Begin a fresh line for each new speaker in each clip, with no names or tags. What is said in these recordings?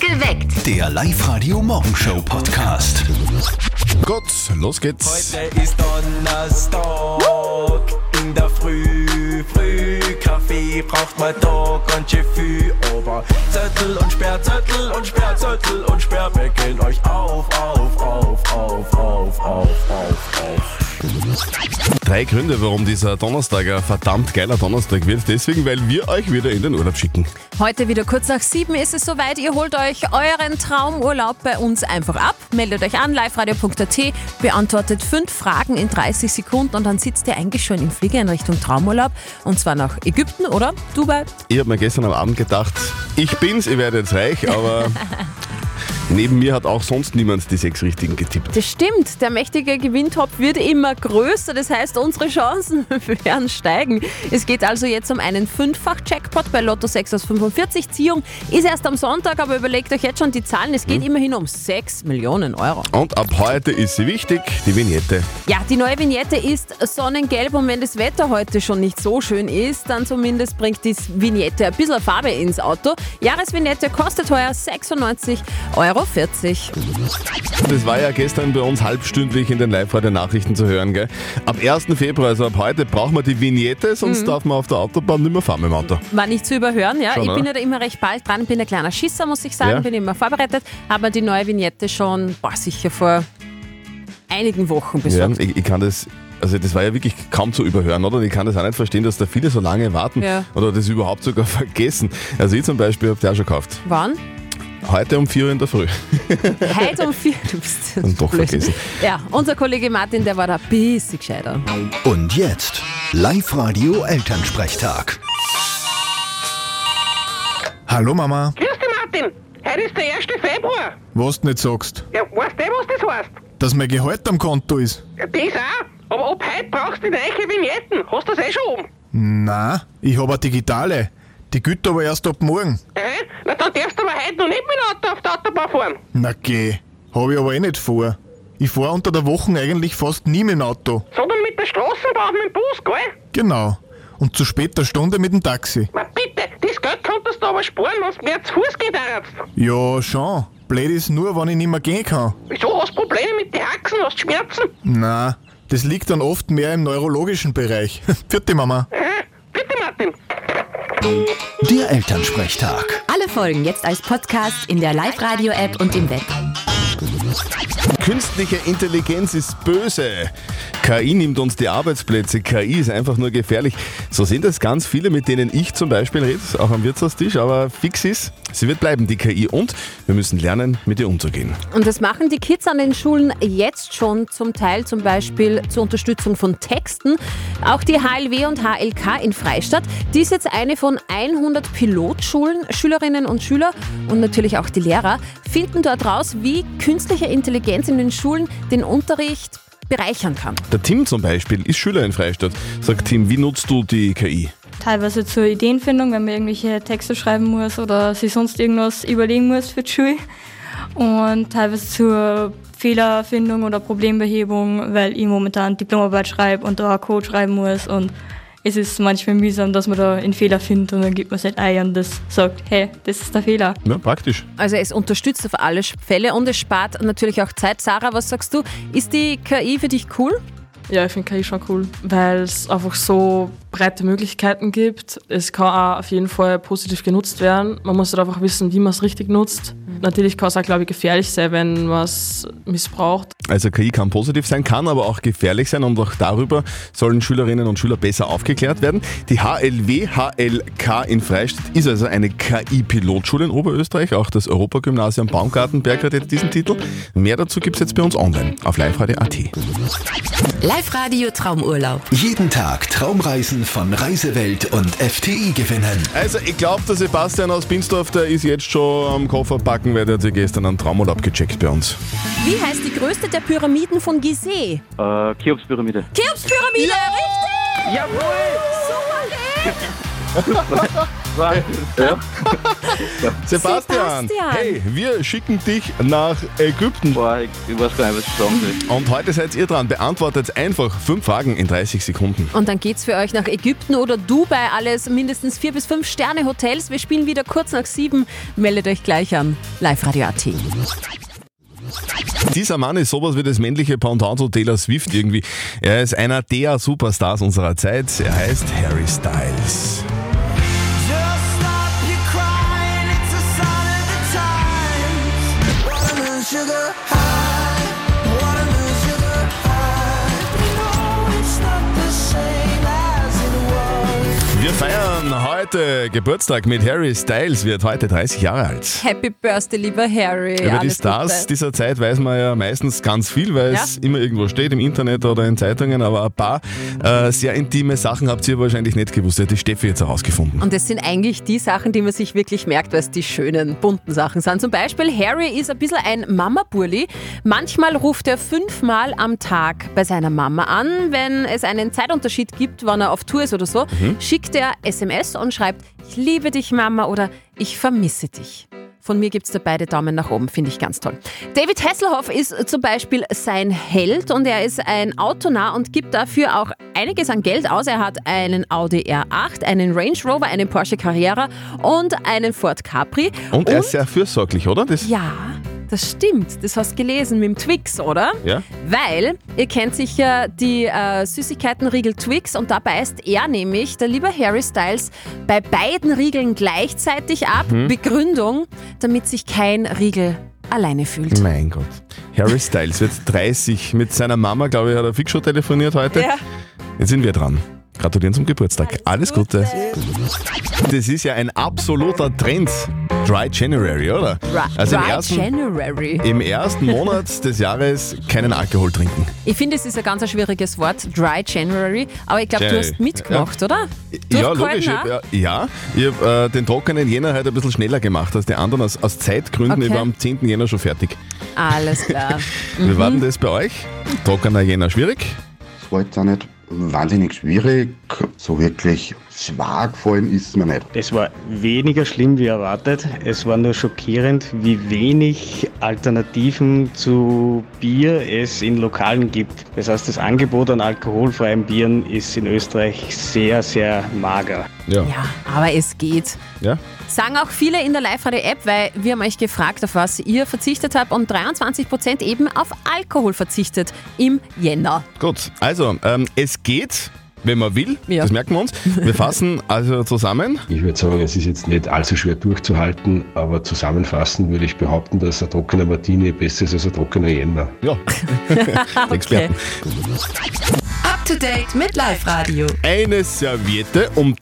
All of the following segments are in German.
Geweckt.
Der Live-Radio Morgenshow Podcast.
Gut, los geht's.
Heute ist Donnerstag in der Früh, früh Kaffee braucht man da ganz schön viel, aber Zettel und Sperr, Zettel und Sperr, Zettel und Sperr wecken euch auf, auf, auf, auf, auf, auf, auf, auf.
Drei Gründe, warum dieser Donnerstag ein verdammt geiler Donnerstag wird. Deswegen, weil wir euch wieder in den Urlaub schicken.
Heute wieder kurz nach sieben ist es soweit. Ihr holt euch euren Traumurlaub bei uns einfach ab. Meldet euch an, liveradio.at, beantwortet fünf Fragen in 30 Sekunden und dann sitzt ihr eigentlich schon im Flieger in Richtung Traumurlaub. Und zwar nach Ägypten oder Dubai.
Ich habe mir gestern am Abend gedacht, ich bin's, ich werde jetzt reich, aber neben mir hat auch sonst niemand die sechs Richtigen getippt.
Das stimmt, der mächtige Gewinntopf wird immer größer, das heißt, unsere Chancen werden steigen. Es geht also jetzt um einen Fünffach-Jackpot bei Lotto 6 aus 45. Ziehung ist erst am Sonntag, aber überlegt euch jetzt schon die Zahlen. Es geht immerhin um 6 Millionen Euro.
Und ab heute ist sie wichtig, die Vignette.
Ja, die neue Vignette ist sonnengelb und wenn das Wetter heute schon nicht so schön ist, dann zumindest bringt die Vignette ein bisschen Farbe ins Auto. Jahresvignette kostet heuer 96,40 Euro.
Das war ja gestern bei uns halbstündlich in den Live-Radio-Nachrichten zu hören. Gell? Ab 1. Februar, also ab heute, braucht man die Vignette, sonst darf man auf der Autobahn nicht mehr fahren mit dem Auto.
War nicht zu überhören, ja.
Schon,
ich bin
oder?
ja da immer recht bald dran, bin ein kleiner Schisser, muss ich sagen,
Ja.
bin immer vorbereitet, habe mir die neue Vignette schon, boah, sicher vor einigen Wochen
Ja,
besorgt.
ich, ich kann das, also das war ja wirklich kaum zu überhören, oder? Und ich kann das auch nicht verstehen, dass da viele so lange warten
Ja.
oder das überhaupt sogar vergessen. Also ich zum Beispiel habe ja schon gekauft.
Wann?
Heute um 4 Uhr in der Früh.
Heute um vier. Du bist
Und doch
blöd.
vergessen.
Ja, unser Kollege Martin, der war da ein bisschen gescheiter.
Und jetzt Live-Radio Elternsprechtag.
Hallo Mama,
Grüß dich, Martin. Heute ist der 1. Februar.
was du nicht sagst,
Ja, weißt du, was das heißt?
dass mein Gehalt am Konto ist?
Ja, Das auch. Aber ab heute brauchst du neue Vignetten. Hast du das eh schon oben?
Na, Ah, ich habe eine digitale. Die gilt aber erst ab morgen.
Äh? Na, dann darfst du aber heute noch nicht mit dem Auto auf der Autobahn fahren.
Na geh, habe ich aber eh nicht vor. Ich fahre unter der Woche eigentlich fast nie mit dem Auto.
Sondern mit der Straßenbahn, mit dem Bus, gell?
Genau. Und zu später Stunde mit dem Taxi.
Na, bitte, das Geld konntest du aber sparen, wenn du mehr zu Fuß geht einratzt.
Ja, schon. Blöd ist nur, wenn ich nicht mehr gehen kann.
Wieso hast du Probleme mit den Achsen? Hast du Schmerzen?
Na, das liegt dann oft mehr im neurologischen Bereich. Vierte Mama.
Äh? Bitte, Martin.
Der Elternsprechtag.
Alle Folgen jetzt als Podcast in der Live-Radio-App und im Web.
Künstliche Intelligenz ist böse. KI nimmt uns die Arbeitsplätze. KI ist einfach nur gefährlich. So sind es ganz viele, mit denen ich zum Beispiel rede, auch am Wirtshaustisch. Aber fix ist, sie wird bleiben, die KI. Und wir müssen lernen, mit ihr umzugehen.
Und das machen die Kids an den Schulen jetzt schon zum Teil, zum Beispiel zur Unterstützung von Texten. Auch die HLW und HLK in Freistadt, die ist jetzt eine von 100 Pilotschulen. Schülerinnen und Schüler und natürlich auch die Lehrer finden dort raus, wie künstliche Intelligenz in den Schulen den Unterricht bereichern kann.
Der Tim zum Beispiel ist Schüler in Freistadt. Sagt Tim, wie nutzt du die KI?
teilweise zur Ideenfindung, wenn man irgendwelche Texte schreiben muss oder sich sonst irgendwas überlegen muss für die Schule. Und teilweise zur Fehlerfindung oder Problembehebung, weil ich momentan Diplomarbeit schreibe und da auch Code schreiben muss. Und es ist manchmal mühsam, dass man da einen Fehler findet und dann gibt man es halt ein und das sagt, hey, das ist der Fehler.
Ja, praktisch.
Also es unterstützt auf alle Fälle und es spart natürlich auch Zeit. Sarah, was sagst du? Ist die KI für dich cool?
Ja, ich finde KI schon cool, weil es einfach so breite Möglichkeiten gibt. Es kann auch auf jeden Fall positiv genutzt werden. Man muss halt einfach wissen, wie man es richtig nutzt. Natürlich kann es auch, glaube ich, gefährlich sein, wenn man es missbraucht.
Also KI kann positiv sein, kann aber auch gefährlich sein und auch darüber sollen Schülerinnen und Schüler besser aufgeklärt werden. Die HLW HLK in Freistadt ist also eine KI-Pilotschule in Oberösterreich. Auch das Europagymnasium Baumgartenberg hat jetzt diesen Titel. Mehr dazu gibt es jetzt bei uns online auf liveradio.at.
Live-Radio Traumurlaub.
Jeden Tag Traumreisen von Reisewelt und FTI gewinnen.
Also ich glaube, der Sebastian aus Binsdorf, der ist jetzt schon am Koffer packen, weil der hat sich gestern einen Traumurlaub gecheckt bei uns.
Wie heißt die größte der Pyramiden von Gizeh?
Äh, Cheops-Pyramide.
Cheops-Pyramide, richtig!
Jawohl!
Super,
Ja.
Sebastian,
Sebastian.
hey, wir schicken dich nach Ägypten.
Boah, ich, ich weiß gar nicht, was ich sagen soll.
Und heute seid ihr dran. Beantwortet einfach fünf Fragen in 30 Sekunden.
Und dann geht's für euch nach Ägypten oder Dubai, alles mindestens vier bis fünf Sterne Hotels. Wir spielen wieder kurz nach sieben. Meldet euch gleich an live radio AT.
Dieser Mann ist sowas wie das männliche Pendant zu Taylor Swift irgendwie. Er ist einer der Superstars unserer Zeit. Er heißt Harry Styles. Wir feiern heute Geburtstag mit Harry Styles, wird heute 30 Jahre alt.
Happy Birthday, lieber Harry.
Über die
Alles
Stars
Gute.
dieser Zeit weiß man ja meistens ganz viel, weil es immer irgendwo steht, im Internet oder in Zeitungen, aber ein paar äh, sehr intime Sachen habt ihr wahrscheinlich nicht gewusst, hat die Steffi jetzt herausgefunden.
Und das sind eigentlich die Sachen, die man sich wirklich merkt, weil es die schönen, bunten Sachen sind. Zum Beispiel, Harry ist ein bisschen ein Mama-Burli. Manchmal ruft er fünfmal am Tag bei seiner Mama an. Wenn es einen Zeitunterschied gibt, wann er auf Tour ist oder so, schickt er SMS und schreibt, ich liebe dich, Mama oder ich vermisse dich. Von mir gibt's da beide Daumen nach oben, finde ich ganz toll. David Hasselhoff ist zum Beispiel sein Held und er ist ein Autonah und gibt dafür auch einiges an Geld aus. Er hat einen Audi R8, einen Range Rover, einen Porsche Carrera und einen Ford Capri.
Und er ist sehr fürsorglich, oder? Das,
Ja, das stimmt. Das hast du gelesen mit dem Twix, oder?
Ja.
Weil, ihr kennt sicher die äh, Süßigkeitenriegel Twix und da beißt er nämlich, der liebe Harry Styles, bei beiden Riegeln gleichzeitig ab.
Mhm.
Begründung, damit sich kein Riegel alleine fühlt.
Mein Gott. Harry Styles wird 30. Mit seiner Mama, glaube ich, hat er fix schon telefoniert heute.
Ja.
Jetzt sind wir dran. Gratulieren zum Geburtstag. Alles Gute. Das ist ja ein absoluter Trend. Dry January, oder?
Right,
Also im
right
ersten,
January.
im ersten Monat des Jahres keinen Alkohol trinken.
Ich finde, es ist ein ganz ein schwieriges Wort, Dry January. Aber ich glaube, du
January.
hast mitgemacht, oder?
Ja,
Durchgehalten
logisch. Ich,
auch?
hab, ja, ja, ich habe äh, den trockenen Jänner halt ein bisschen schneller gemacht als die anderen aus, aus Zeitgründen. Ich
Okay.
war am 10. Jänner schon fertig.
Alles klar.
Mhm.
Wie war denn das bei euch? Trockener Jänner schwierig?
Das war jetzt auch nicht wahnsinnig schwierig. So wirklich schwer gefallen ist es mir nicht.
Es war weniger schlimm wie erwartet. Es war nur schockierend, wie wenig Alternativen zu Bier es in Lokalen gibt. Das heißt, das Angebot an alkoholfreien Bieren ist in Österreich sehr, sehr mager.
Ja.
ja, aber es geht.
ja.
Sagen auch viele in der Live-Radio-App, weil wir haben euch gefragt, auf was ihr verzichtet habt und 23% eben auf Alkohol verzichtet im Jänner.
Gut, also ähm, es geht, wenn man will,
Ja.
das merken wir uns. Wir fassen also zusammen.
Ich würde sagen, es ist jetzt nicht allzu schwer durchzuhalten, aber zusammenfassend würde ich behaupten, dass ein trockener Martini besser ist als ein trockener Jänner.
Ja, die Experten.
Up to date mit Live Radio.
Eine Serviette um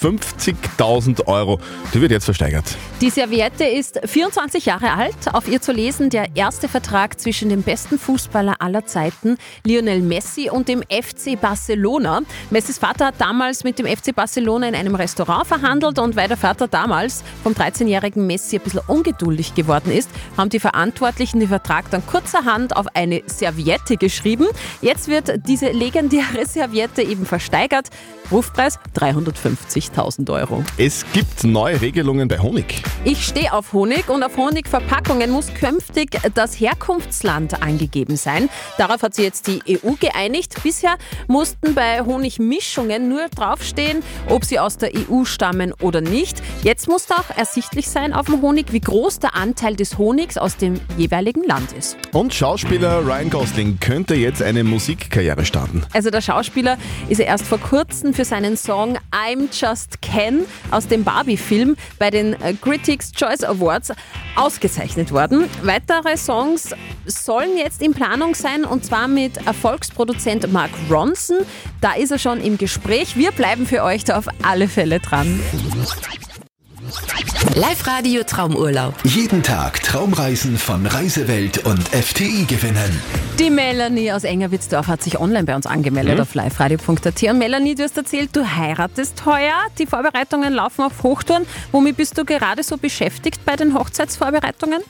350.000 Euro. Die wird jetzt versteigert.
Die Serviette ist 24 Jahre alt. Auf ihr zu lesen der erste Vertrag zwischen dem besten Fußballer aller Zeiten, Lionel Messi, und dem FC Barcelona. Messis Vater hat damals mit dem FC Barcelona in einem Restaurant verhandelt und weil der Vater damals vom 13-jährigen Messi ein bisschen ungeduldig geworden ist, haben die Verantwortlichen den Vertrag dann kurzerhand auf eine Serviette geschrieben. Jetzt wird diese legendäre Serviette eben versteigert. Rufpreis 350.000 Euro.
Es gibt neue Regelungen bei Honig.
Ich stehe auf Honig und auf Honigverpackungen muss künftig das Herkunftsland angegeben sein. Darauf hat sich jetzt die EU geeinigt. Bisher mussten bei Honigmischungen nur draufstehen, ob sie aus der EU stammen oder nicht. Jetzt muss da auch ersichtlich sein auf dem Honig, wie groß der Anteil des Honigs aus dem jeweiligen Land ist.
Und Schauspieler Ryan Gosling könnte jetzt eine Musikkarriere starten.
Also der Schauspieler ist ja erst vor kurzem für seinen Song I'm Just Ken aus dem Barbie-Film bei den äh, Critics Choice Awards ausgezeichnet worden. Weitere Songs sollen jetzt in Planung sein und zwar mit Erfolgsproduzent Mark Ronson. Da ist er schon im Gespräch. Wir bleiben für euch da auf alle Fälle dran.
Live Radio Traumurlaub.
Jeden Tag Traumreisen von Reisewelt und FTI gewinnen.
Die Melanie aus Engerwitzdorf hat sich online bei uns angemeldet
Mhm.
auf liveradio.at. Und Melanie, du hast erzählt, du heiratest heuer. Die Vorbereitungen laufen auf Hochtouren. Womit bist du gerade so beschäftigt bei den Hochzeitsvorbereitungen?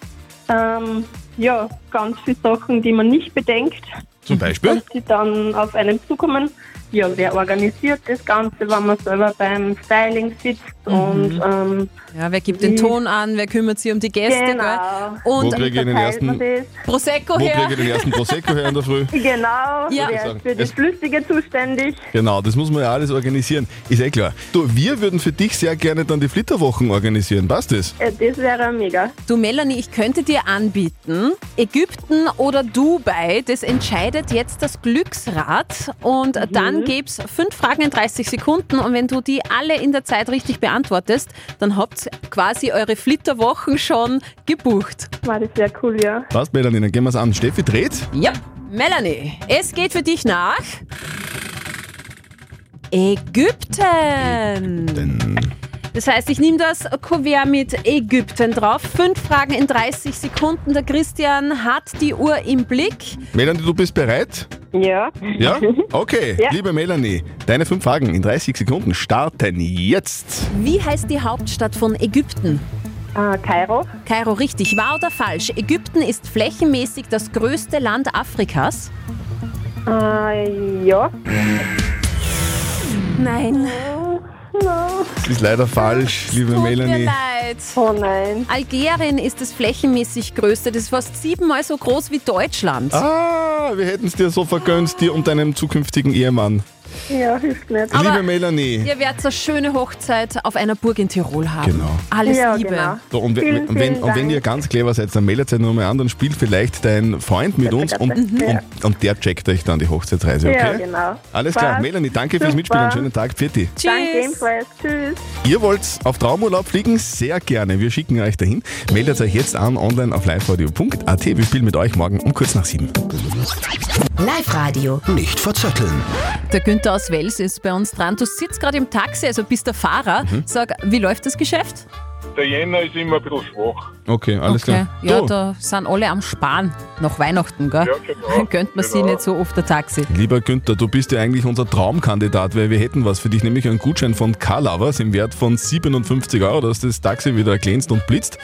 Ähm, ja, ganz viele Sachen, die man nicht bedenkt.
Zum Beispiel?
die dann auf einem zukommen. Ja, wer organisiert das Ganze, wenn man selber beim Styling sitzt
Mhm.
und ähm,
Ja, wer gibt den Ton an, wer kümmert sich um die Gäste?
genau.
Gell?
Wo
Und
kriege ich den
verteilt man
ersten,
das.
Prosecco
wo kriege
her.
ich den ersten Prosecco her in der Früh?
Genau,
Ja.
wer ist für die
Es-
Flüssige zuständig?
Genau, das muss man ja alles organisieren. Ist eh klar. Du, wir würden für dich sehr gerne dann die Flitterwochen organisieren. Passt das?
Äh, Das wäre mega.
Du Melanie, ich könnte dir anbieten, Ägypten oder Dubai, das entscheidet jetzt das Glücksrad und dann gibt's fünf Fragen in 30 Sekunden und wenn du die alle in der Zeit richtig beantwortest, dann habt quasi eure Flitterwochen schon gebucht.
War das sehr cool, ja.
Passt, Melanie, dann gehen wir es an. Steffi dreht.
Ja, Melanie, es geht für dich nach Ägypten. Das heißt, ich nehme das Kuvert mit Ägypten drauf. Fünf Fragen in 30 Sekunden. Der Christian hat die Uhr im Blick.
Melanie, du bist bereit?
Ja,
Ja? Okay,
Ja.
liebe Melanie, deine fünf Fragen in 30 Sekunden starten jetzt.
Wie heißt die Hauptstadt von Ägypten?
äh, Kairo,
Kairo, richtig. Wahr oder falsch? Ägypten ist flächenmäßig das größte Land Afrikas.
äh, ja,
Nein.
Das ist leider falsch, liebe
Tut mir
Melanie.
leid.
oh nein.
Algerien ist das flächenmäßig größte. Das ist fast siebenmal so groß wie Deutschland.
Ah, wir hätten es dir so vergönnt, dir und deinem zukünftigen Ehemann.
Ja, hilft nicht.
Aber-
liebe Melanie.
Ihr werdet eine schöne Hochzeit auf einer Burg in Tirol haben.
Genau.
Alles
ja,
Liebe.
genau.
So, und, wenn-
Vielen,
wenn, wenn,
vielen
und wenn
Dank.
ihr ganz clever seid, dann meldet euch nochmal an, dann spielt vielleicht dein Freund mit uns und, und, und der checkt euch dann die Hochzeitsreise, okay?
Ja, genau.
Alles klar,
Passt.
Melanie, danke fürs
Super.
Mitspielen, schönen Tag, Pfiatti.
Danke
Tschüss.
ebenfalls. Tschüss.
Ihr wollt auf Traumurlaub fliegen? Sehr gerne, wir schicken euch dahin. Meldet euch jetzt an, online auf liveradio.at. Wir spielen mit euch morgen um kurz nach sieben.
Live-Radio.
Nicht verzetteln.
Der Günther aus Wels ist bei uns dran. Du sitzt gerade im Taxi, also bist der Fahrer.
Mhm.
Sag, wie läuft das Geschäft?
Der Jänner ist immer ein bisschen schwach.
Okay, alles klar.
Ja,
Du,
da sind alle am Sparen. Nach Weihnachten, gell?
Ja, genau.
Dann gönnt man sich
Genau.
nicht so oft der Taxi.
Lieber Günther, du bist ja eigentlich unser Traumkandidat, weil wir hätten was für dich, nämlich einen Gutschein von Carlovers im Wert von 57 Euro, dass das Taxi wieder glänzt und blitzt.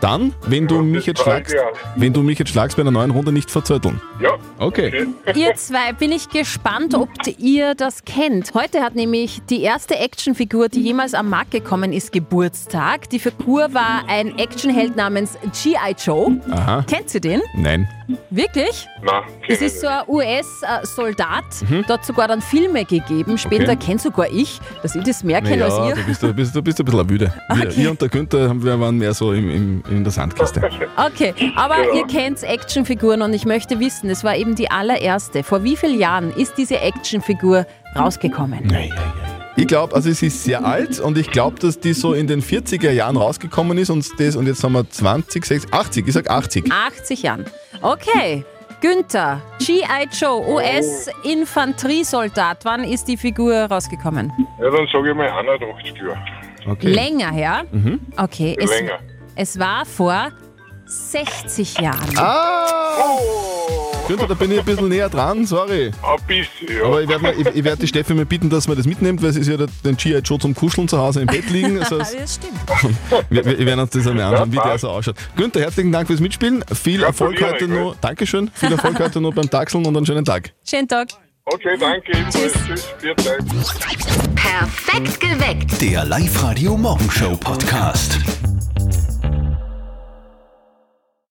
Dann, wenn du mich jetzt
war
schlagst,
ideal.
wenn du mich jetzt schlagst bei einer neuen Runde, nicht verzötteln.
Ja.
Okay.
Ihr zwei, bin ich gespannt, ob ihr das kennt. Heute hat nämlich die erste Actionfigur, die jemals am Markt gekommen ist, Geburtstag. Die Figur war ein Actionheld namens G.I. Joe.
Aha.
Kennt ihr den?
Nein.
Wirklich?
Nein,
Es ist so ein US-Soldat, da hat sogar dann Filme gegeben. Später
Mhm. Okay.
kennt sogar ich, dass ich das mehr kenne
Naja,
als
du
ihr.
bist, du bist, du bist ein bisschen müde. Wir, Ihr und der Günther haben- wir waren mehr so im, im, in der Sandkiste.
Okay, aber
Genau.
ihr kennt Actionfiguren und ich möchte wissen, es war eben die allererste. Vor wie vielen Jahren ist diese Actionfigur rausgekommen?
Ich glaube, also es ist sehr alt und ich glaube, dass die so in den 40er Jahren rausgekommen ist und das und jetzt haben wir 20, 6, 80, ich sag 80.
80 Jahren. Okay. Günther, G.I. Joe, US-Infanteriesoldat. Wann ist die Figur rausgekommen?
Ja, dann sage ich mal 81 Jahre.
Okay. Mhm.
Länger her? Okay, es,
Länger.
es war vor 60 Jahren.
Ah! Günther, da bin ich ein bisschen näher dran, sorry.
Ein bisschen, ja.
Aber ich werde ich, ich werd die Steffi mal bitten, dass man das mitnimmt, weil es ist ja der, den G.I. Joe zum Kuscheln zu Hause im Bett liegen. Also es,
das stimmt.
wir, wir wir werden uns das einmal anschauen, wie
passt.
der so ausschaut. Günther, herzlichen Dank fürs Mitspielen. Viel Erfolg
Gratuliere,
heute
gell.
noch. Dankeschön. Viel Erfolg heute noch beim Taxeln und einen schönen Tag.
Schönen Tag.
Okay, danke. Tschüss. Tschüss. Vielen Dank.
Perfekt geweckt.
Der Live-Radio Morgenshow Podcast.